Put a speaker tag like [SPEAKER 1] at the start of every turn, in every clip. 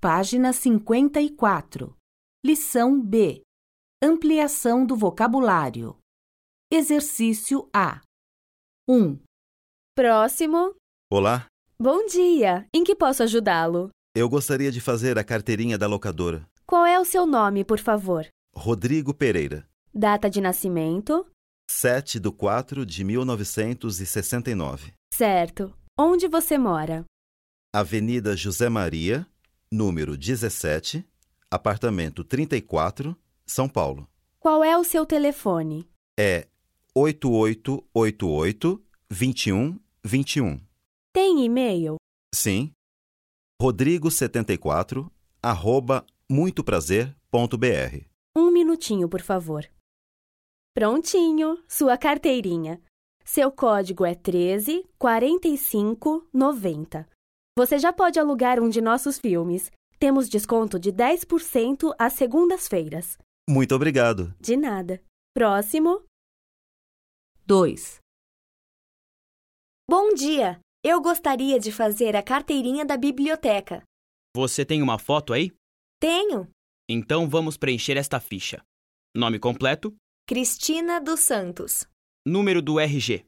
[SPEAKER 1] Página 54. Lição B. Ampliação do vocabulário. Exercício A. 1,
[SPEAKER 2] Próximo.
[SPEAKER 3] Olá,
[SPEAKER 2] Bom dia. Em que posso ajudá-lo?
[SPEAKER 3] eu gostaria de fazer a carteirinha da locadora.
[SPEAKER 2] Qual é o seu nome, por favor?
[SPEAKER 3] Rodrigo Pereira,
[SPEAKER 2] Data de nascimento?
[SPEAKER 3] 7 de 4 de 1969.
[SPEAKER 2] Certo. Onde você mora?
[SPEAKER 3] Avenida José Maria, número 17, apartamento 34, São Paulo.
[SPEAKER 2] Qual é o seu telefone?
[SPEAKER 3] É 8888-2121.
[SPEAKER 2] Tem e-mail?
[SPEAKER 3] Sim. Rodrigo74, arroba muitoprazer.br.
[SPEAKER 2] Um minutinho, por favor. Prontinho. Sua carteirinha. Seu código é 13 45 90. Você já pode alugar um de nossos filmes. Temos desconto de 10% às segundas-feiras.
[SPEAKER 3] Muito obrigado.
[SPEAKER 2] De nada. Próximo.
[SPEAKER 1] 2,
[SPEAKER 2] Bom dia! Eu gostaria de fazer a carteirinha da biblioteca.
[SPEAKER 4] Você tem uma foto aí?
[SPEAKER 2] Tenho!
[SPEAKER 4] Então vamos preencher esta ficha. Nome completo,
[SPEAKER 2] Cristina dos Santos.
[SPEAKER 4] número do RG.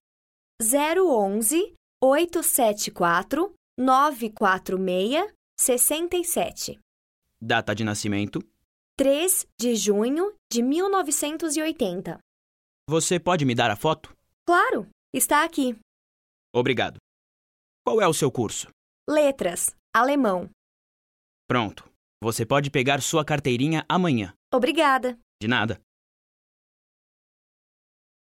[SPEAKER 2] 011 874 946 67.
[SPEAKER 4] Data de nascimento.
[SPEAKER 2] 3 de junho de 1980.
[SPEAKER 4] Você pode me dar a foto?
[SPEAKER 2] Claro, está aqui.
[SPEAKER 4] Obrigado. Qual é o seu curso?
[SPEAKER 2] Letras, alemão.
[SPEAKER 4] Pronto. Você pode pegar sua carteirinha amanhã.
[SPEAKER 2] Obrigada.
[SPEAKER 4] De nada.